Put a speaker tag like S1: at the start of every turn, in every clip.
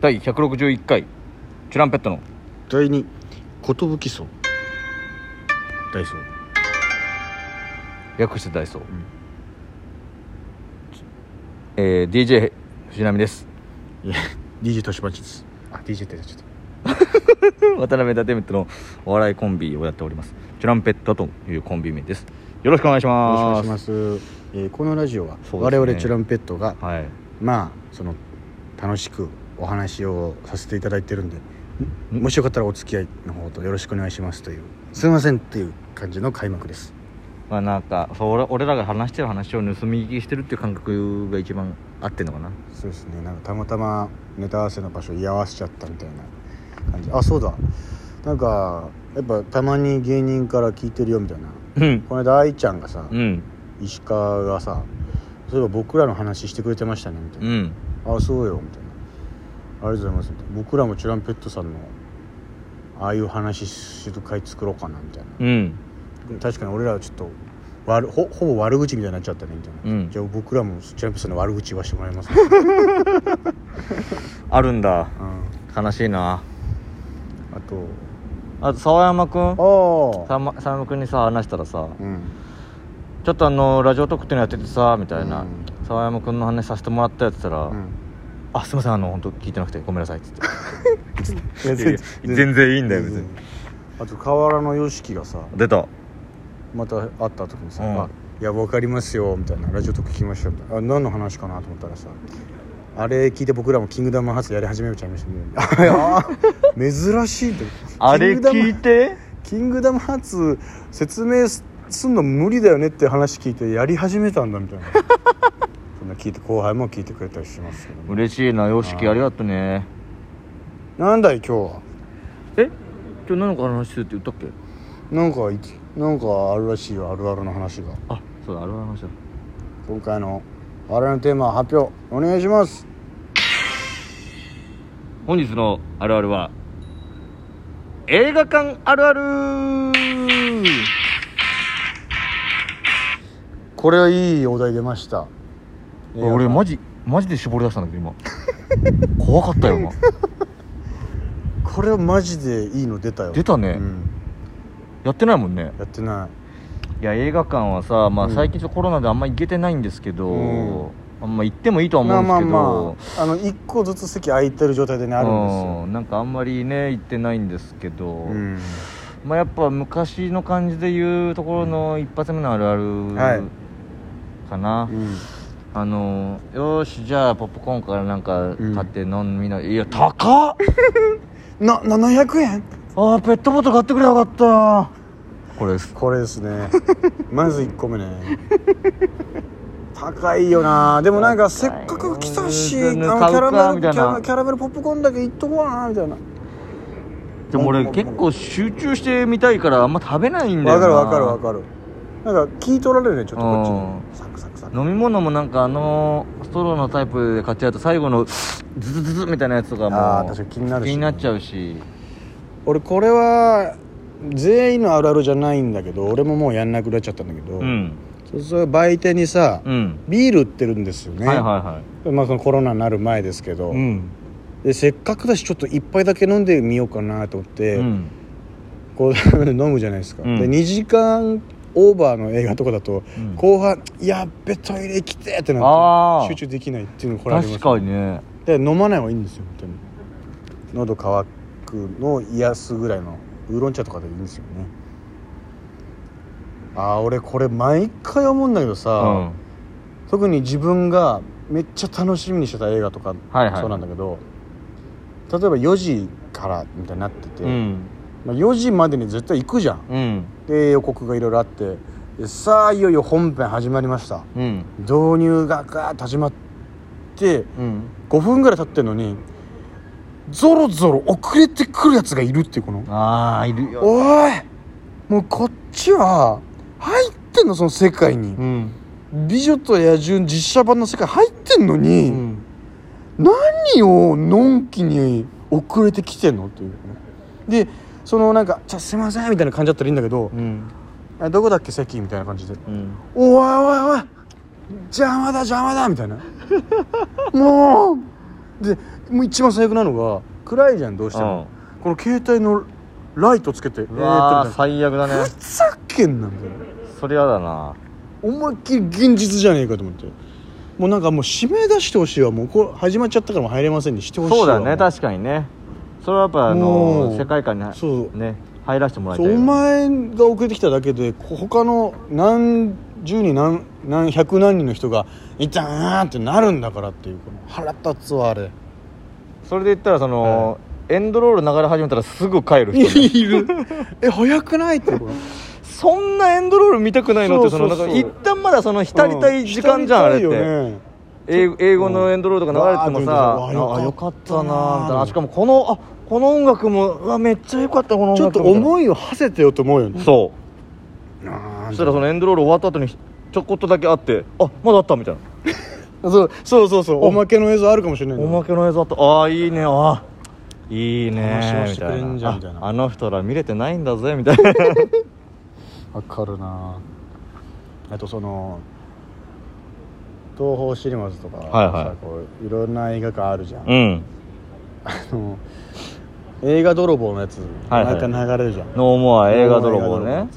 S1: 第161回チュランペットの
S2: 第二寿荘ダイソー
S1: 略してダイソー、
S2: ん
S1: えー DJ 藤波です
S2: いや DJ たちばちですあ DJ ってちょっと
S1: 渡辺エンターテインメントのお笑いコンビをやっておりますチュランペットというコンビ名ですよろしくお願いし
S2: よろしくお願
S1: ま
S2: い
S1: す
S2: します、えーこのラジオは、
S1: そうですね
S2: 我々チュランペットが
S1: はい
S2: まあその楽しくお話をさせていただいてるんでんもしよかったらお付き合いの方とよろしくお願いしますというすいませんっていう感じの開幕です
S1: まあなんかそう俺俺らが話してる話を盗み聞きしてるっていう感覚が一番合ってんのかな
S2: そうですねなんかたまたまネタ合わせの場所居合わせちゃったみたいな感じあそうだなんかやっぱたまに芸人から聞いてるよみたいな
S1: うん
S2: この間愛ちゃんがさ、
S1: うん
S2: 石川がさそういえば僕らの話してくれてましたねみたいうな、
S1: ん
S2: あそうよみたいなありがとうございますみたいな僕らもチュランペットさんのああいう話する会作ろうかなみたいな、
S1: うん
S2: 確かに俺らはちょっと悪ほほぼ悪口みたいになっちゃったねみたいな、
S1: うん
S2: じゃあ僕らもチュランペットさんの悪口言わせてもら います、
S1: あるんだ
S2: うん、
S1: 悲しいな
S2: あと
S1: あと沢山くん
S2: ああ
S1: 沢山沢山くんにさ話したらさ
S2: うん
S1: ちょっとあのラジオトークっていうのやっててさみたいな、
S2: うん
S1: 沢山くんの話させてもらったやつったら、
S2: うん
S1: あすいませんあの本当聞いてなくてごめんなさいっつって
S2: 全
S1: いや全然いいんだよ別に
S2: あと河原の YOSHIKI がさ
S1: 出た
S2: また会った時にさ「
S1: うん
S2: あいや分かりますよ」みたいな「ラジオとか聞きましたよ」みたいなあ何の話かなと思ったらさあれ聞いて僕らも「キングダムハーツ」やり始めちゃいましたね あいや珍しいと
S1: あれ
S2: キングダム
S1: 聞いて
S2: キングダムハーツ説明すすんの無理だよねって話聞いてやり始めたんだみたいな そんな聞いて後輩も聞いてくれたりしますけど、
S1: 嬉しいな YOSHIKI ありがとね
S2: なんだい今日は
S1: え今日何の話するって言ったっけ
S2: なんかいきなんかあるらしいよあるあるの話が
S1: あそうだあれの話だ
S2: 今回の我々のテーマ発表お願いします
S1: 本日のあるあるは映画館あるある
S2: これはいいお題出ました
S1: 俺マジマジで絞り出したんだけど今怖かったよ今
S2: これはマジでいいの出たよ
S1: 出たね
S2: うん
S1: やってないもんね
S2: やってない
S1: や映画館はさ、まあ、
S2: うん
S1: 最近ちょっとコロナであんま行けてないいんですけど、
S2: うん
S1: あんま行ってもいいとはい思う
S2: まあ
S1: んですけ
S2: まあ
S1: ど、
S2: まああの1個ずつ席空いてる状態でねあるんですよ
S1: うんなんかあんまりね行ってないんですけど、
S2: うん
S1: まあ、やっぱ昔の感じでいうところの一発目のあるある
S2: はい
S1: かな、
S2: うん
S1: あのよーしじゃあポップコーンからなんか
S2: うん
S1: 買って飲みな、いや高っ
S2: な700円
S1: あーペットボトル買ってくれよかったこれです
S2: これです ねまず1個目ね高いよなでもなんかせっかく来たし
S1: う
S2: あ
S1: ん
S2: のキ
S1: 買うか
S2: ャラメ
S1: みたい
S2: ル
S1: な
S2: キャラキャラメルポップコーンだけいっとこうかなみたいな
S1: でも俺結構集中してみたいからあんま食べないんだよな
S2: わかるわかるわかるなんか聞い取られるねちょっとこっちにサクサクサク
S1: 飲み物もなんかあのストローのタイプで買っちゃうと最後のズズズズみたいなやつとかも
S2: あー確かに気になるし
S1: 気になっちゃうし
S2: 俺これは全員のあるあるじゃないんだけど俺ももうやんなくなっちゃったんだけど、
S1: うん
S2: そうそう売店にさ、
S1: うん、
S2: ビール売ってるんですよね、
S1: はいはいは
S2: まあ、そのコロナになる前ですけ
S1: い
S2: ど、
S1: ん
S2: でせっかくだしちょっと一杯だけ飲んでみようかなと思って、
S1: うん
S2: こう 飲むじゃないですか、
S1: うん
S2: で2時間オーバーの映画とかだと、
S1: うん
S2: 後半「やっべトイレ来て!」ってな
S1: あ
S2: っ
S1: ー
S2: て集中できないっていうのこれありま
S1: 確
S2: す
S1: かにね
S2: で飲まない方がいいんですよ本当に喉乾くのを癒すぐらいのウーロン茶とかでいいんですよねあー俺これ毎回思うんだけど
S1: う
S2: さ、
S1: ん
S2: 特に自分がめっちゃ楽しみにしてた映画とか、
S1: はいはい
S2: そうなんだけど例えば4時からみたいになってて、
S1: うん
S2: まあ、4時までに絶対行くじゃん
S1: うん
S2: で予告がいろいろあってでさあいよいよ本編始まりました
S1: うん
S2: 導入がガーッと始まって
S1: うん
S2: 5分ぐらい経ってんのにゾロゾロ遅れてくるやつがいるっていうこの
S1: ああいるよ
S2: おいもうこっちは入ってんのその世界に
S1: う、ん
S2: 美女と野獣実写版の世界入ってんの
S1: う
S2: に、
S1: ん
S2: 何をのんきに遅れてきてんのっていうねでそのなんか「じゃあすいません」みたいな感じだったらいいんだけど
S1: うん
S2: 「あどこだっけ席」みたいな感じで
S1: うん
S2: 「おいおいおい邪魔だ邪魔だ」みたいなもうでもう一番最悪なのが暗いじゃんどうして
S1: うん
S2: も、この携帯のライトつけてえーっと
S1: う
S2: み
S1: わー
S2: たい
S1: 最悪だ
S2: な
S1: ね
S2: ふざけんなみたいな
S1: それやだな
S2: 思いっきり現実じゃねえかと思ってもうなんかもう指名出してほしいわもうこれ始まっちゃったからもう入れませんにしてほしいわ
S1: そうだよね
S2: か
S1: 確かにねそれはやっぱあ
S2: も
S1: の
S2: う
S1: 世界観に
S2: そう
S1: ね入らせてもらいたい
S2: そう
S1: よ
S2: お
S1: ね
S2: 前が遅れてきただけでこ他の何十人何何百何人の人が「いたーん」ってなるんだからっていうこの腹立つわあれ
S1: それで言ったらその、エンドロール流れ始めたらすぐ帰る人ね
S2: いる え早くないってこれ
S1: そんなエンドロール見たくないのってその
S2: そうそうそう
S1: なんか一旦まだその浸りたい時間じゃん、
S2: う
S1: あれって、
S2: 浸りたいよね
S1: 英語英語のエンドロールとか流れててもさ、
S2: うん
S1: なん
S2: わ
S1: か
S2: あ
S1: よ
S2: よ
S1: か
S2: か
S1: っ
S2: った
S1: な
S2: たな
S1: みたいなあしかもこのあこの音楽もうわめっちゃよかったこの音楽
S2: ちょっと
S1: い
S2: 思いを馳せてよと思うよね
S1: そう
S2: あー
S1: そしたらそのエンドロール終わった後にちょこっとだけあってあまだあったみたいな
S2: そうそうそうそうおまけの映像あるかもしれないんだ
S1: おまけの映像あったああいいねあーいいね
S2: 楽しま
S1: み
S2: せてく
S1: た
S2: れん
S1: い
S2: じゃん
S1: な
S2: みたいな
S1: ああの人ら見れてないんだぜみたいな
S2: わかるなあとその東宝シネマズとかさ、
S1: はいはい
S2: こういろんな映画館あるじゃん、
S1: うん
S2: あの映画泥棒のやつ、
S1: はいはい
S2: なんか流れるじゃん
S1: ノーモア映画泥棒ね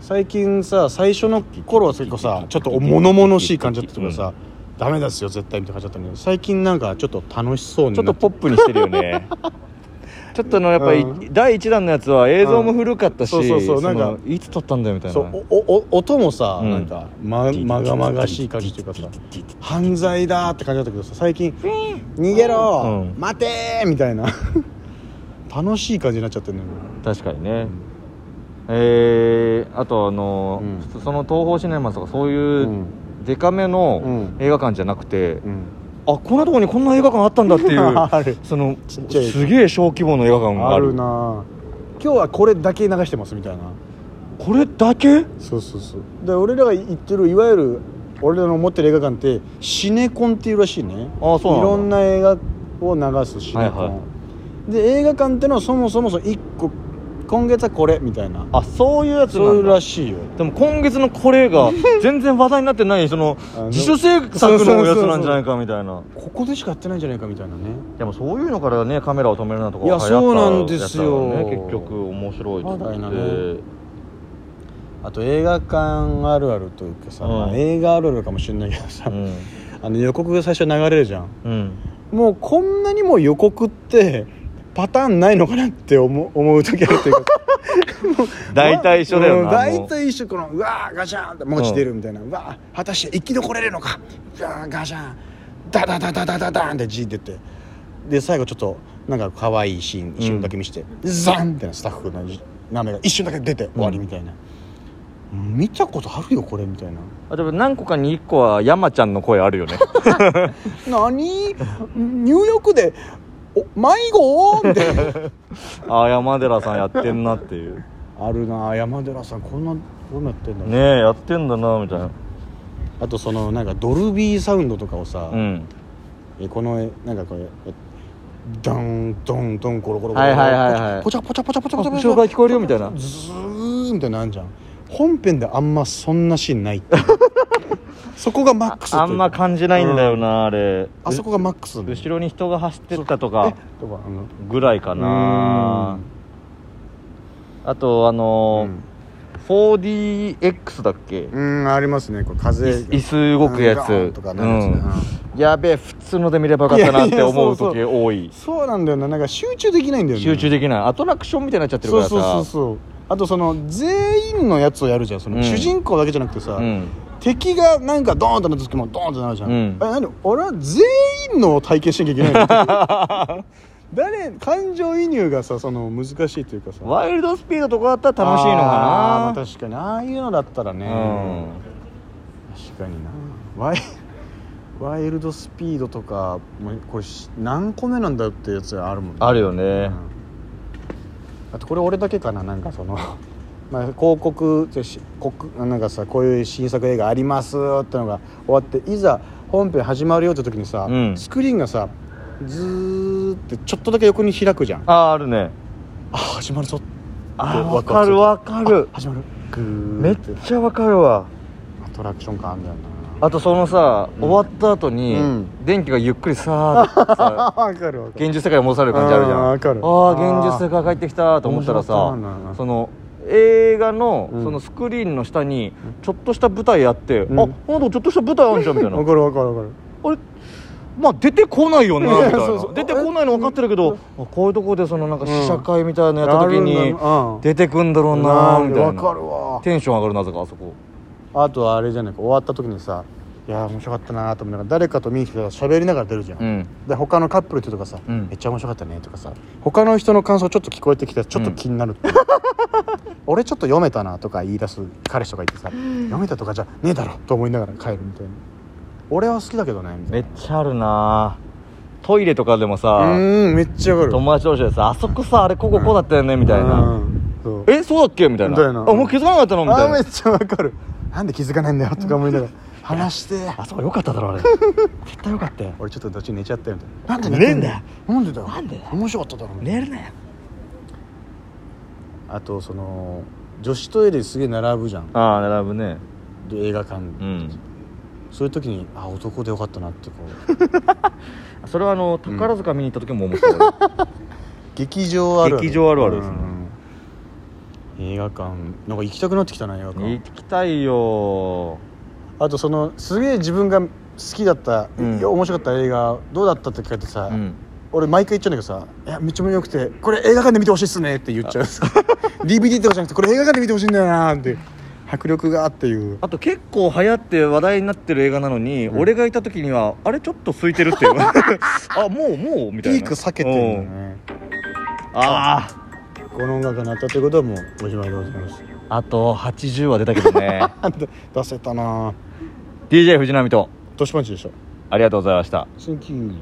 S2: 最近さ最初の頃は結構さちょっと物々しい感じだったけどさ、ダメですよ絶対みたいな感じだったんだけど最近なんかちょっと楽しそうに
S1: ちょっ
S2: な
S1: とポップにしてるよね ちょっとあのやっぱり、
S2: う
S1: 第1弾のやつは映像も古かったし、
S2: うんそうそうそうなんか
S1: のいつ撮ったんだよみたいな
S2: そうおおお音もさ、
S1: うん
S2: なんかままがまがしい感じというかさ犯罪だって感じだったけどさ最近「逃げろ、
S1: うん
S2: 待て!」みたいな楽しい感じになっちゃってるのよ
S1: 確かにね、えーあとあの、
S2: う
S1: その東宝シネマズとかそういう、
S2: ん
S1: デカめ
S2: う
S1: の
S2: ん
S1: 映画館じゃなくて、
S2: うん
S1: あこんなとこにこんな映画館あったんだっていう
S2: ある
S1: その
S2: っちゃい
S1: すげえ小規模の映画館が
S2: あ
S1: ある
S2: るな今日はこれだけ流してますみたいな
S1: これだけ
S2: そうそうそうで俺らが言ってるいわゆる俺らの持ってる映画館ってシネコンっていうらしいね
S1: あそうなんだ
S2: いろんな映画を流すシネコン、
S1: はいは
S2: で映画館ってのはそもそもそ1個今月はこれみたいな
S1: あそういうやつ
S2: そう
S1: ないん
S2: う
S1: だ
S2: らしいよ
S1: でも今月のこれ が全然話題になってないその
S2: あの
S1: 自主制作のやつなんじゃないかみたいな
S2: ここでしかやってないんじゃないかみたいなね
S1: でもそういうのからねカメラを止めるなとか
S2: いや
S1: 流行った
S2: そうなんですよ
S1: やつだからね結局面白いと
S2: 話題な
S1: 思っ
S2: ね
S1: て
S2: あと映画館あるあるというかさ、
S1: うん
S2: まあ映画あるあるかもしれないけどさ、
S1: うん
S2: あの予告が最初流れるじゃん
S1: うん
S2: もうこんなにも予告ってパターンないのかなって思う思う時あるっていうか
S1: 大体一緒だよ
S2: うん
S1: な
S2: 大
S1: もう
S2: 体一緒このうわーガシャンって文字出るみたいな、うわー果たして生き残れるのかうわーガシャンダダダダダダダンって字出てで最後ちょっとなんか可愛いシーン一瞬だけ見せて、ザンってなスタッフの名前が一瞬だけ出て終わりみたいな、見たことあるよこれみたいな
S1: あでも何個かに1個は山ちゃんの声あるよ ね
S2: 何ニューヨークでお迷子みたいな
S1: ああ山寺さんやってんなっていう
S2: あるなあ山寺さんこんなどうなってんだろう、
S1: ねえやってんだなみたいな
S2: あとそのなんかドルビーサウンドとかをさ、
S1: うん
S2: えこのなんかこれえダンドンドンコロコロコロ
S1: はいはいはいはい
S2: ポチャポチャポチャポチャポチャポチ
S1: 後
S2: ャ
S1: ろから聞こえるよみたいな
S2: ズーンみたいなのあんじゃん本編であんまそんなシーンないっていう そこがマックスっていう
S1: あんま感じないんだよなあれ
S2: あそこがマックス
S1: 後ろに人が走ってったと
S2: が
S1: か
S2: とかあの
S1: ぐらいかなあとあ
S2: う
S1: の
S2: ん、
S1: ー 4DX だっけ
S2: うん、ありますねこう風
S1: 椅子動くやつ
S2: うんとかなるやつ
S1: う
S2: ね
S1: ん
S2: うん
S1: やべえ普通ので見ればよかったなっ
S2: いやい
S1: て
S2: や
S1: 思う
S2: そう
S1: 時
S2: そ
S1: 多い
S2: そうなんだよななんか集中できないんだよね
S1: 集中できないアトラクションみたいになっちゃってるからさ
S2: そうそうそうそうあとその全員のやつをやるじゃんその、
S1: うん
S2: 主人公だけじゃなくてさ、
S1: うん
S2: 敵がなんかドーンとなった時もドーンってなるじゃん、
S1: うん
S2: あれ何俺は全員のを体験しなきゃいけないの 誰感情移入がさその難しいというかさ
S1: ワイルドスピードとかだったら楽しいのかな
S2: あーまあ確かにああいうのだったらね、
S1: う
S2: 確かになワイワイルドスピードとかもうこれし何個目なんだよってやつあるもんね
S1: ん、あるよね、
S2: あとこれ俺だけかななんかその まあ広告じゃし国なんかさこういう新作映画ありますってのが終わっていざ本編始まるよって時にさ、
S1: うん
S2: スクリーンがさずーってちょっとだけ横に開くじゃんあ
S1: あああるね
S2: 始まるぞって
S1: あ分
S2: ワク
S1: か
S2: ワクす
S1: る分かる
S2: あ始まるグ
S1: め
S2: ー
S1: っ
S2: って
S1: ちゃ分かるわ
S2: アトラクション感あんだよな
S1: あとそのさ、終わった後に、
S2: うん
S1: 電気がゆっくりさーっとさ
S2: わかるわかる
S1: 現実世界に戻される感じあるじゃん
S2: あーわかる
S1: ああ現実世界帰ってきたと思ったらさ
S2: 面白かったな
S1: その映画の
S2: うん
S1: そのスクリーンの下にちょっとした舞台あって、
S2: うん
S1: あこの後ちょっとした舞台あんじゃんみたいな
S2: わかるわかるわかる
S1: あれまあ出てこないよなみたいな
S2: そうそう
S1: 出てこないの分かってるけど、あこういうとこでそのなんか試写会みたいなのやった時
S2: あ
S1: に
S2: るんだうん
S1: 出てくんだろうなーみたい
S2: わか
S1: な
S2: るわ
S1: テンション上がるなぜかあそこ
S2: あとはあれじゃないか終わった時にさいやー面白かったなーと思いながら誰かと見に来て喋りながら出るじゃん、
S1: うん
S2: で他のカップルとかさ、
S1: うん
S2: めっちゃ面白かったねとかさ他の人の感想ちょっと聞こえてきてちょっと気になるっていう、俺ちょっと読めたなとか言い出す彼氏とか言ってさ読めたとかじゃねえだろと思いながら帰るみたいな俺は好きだけどねみた
S1: め
S2: い
S1: っ
S2: な
S1: ちゃあるなートイレとかでもさ、
S2: うーんめっちゃわかる
S1: 友達同士でさ「あそこさあれこここうだったよね」みたいな
S2: うんそう
S1: 「えそうだっけ?」みたいな
S2: みた
S1: あ
S2: いな
S1: もう気づかなかったの?」みた
S2: あ
S1: い
S2: め
S1: な
S2: っちゃわかるなんで気づかないんだよとか思いながら話して
S1: 「あそこよかっただろあれ絶対よかったよ
S2: 俺ちょっと途中寝ちゃったよみたい
S1: な
S2: ななんん
S1: で寝
S2: で寝
S1: て
S2: て
S1: ん
S2: ん
S1: だ
S2: だ
S1: よ
S2: よなんで
S1: なんで
S2: だよ
S1: だよ
S2: 面白かっただろみたいな
S1: 寝るなよ
S2: あとその女子トイレすげえ並ぶじゃん」
S1: ああ並ぶね
S2: で映画館、
S1: うん
S2: そういう時にあ男でよかったなってこ う
S1: それはあの宝塚見に行った時も思った、俺
S2: 劇場あるある
S1: 劇場あるあるですね
S2: うん映画館なんか行きたくなってきたな映画館
S1: 行きたいよ
S2: あとそのすげえ自分が好きだった、
S1: うん
S2: いや面白かった映画どうだったって聞かれてさ、
S1: うん
S2: 俺毎回言っちゃうんだけどさ「いやめっちゃ良くてこれ映画館で見てほしいっすね」って言っちゃう DVD とかじゃなくてこれ映画館で見てほしいんだよなーって迫力があっていう
S1: あと結構流行って話題になってる映画なのに、
S2: ん
S1: 俺がいた時にはあれちょっと空いてる っていうあもうもうみ
S2: ピ
S1: たいな
S2: ーク避けてるんだよ
S1: うん
S2: ね
S1: ああ
S2: この音楽が鳴ったということはもうおしまいでございます
S1: あと80は出たけど ね
S2: あんた出せたなー
S1: DJ 藤波と
S2: 年パンチでしょ
S1: ありがとうございました
S2: 新規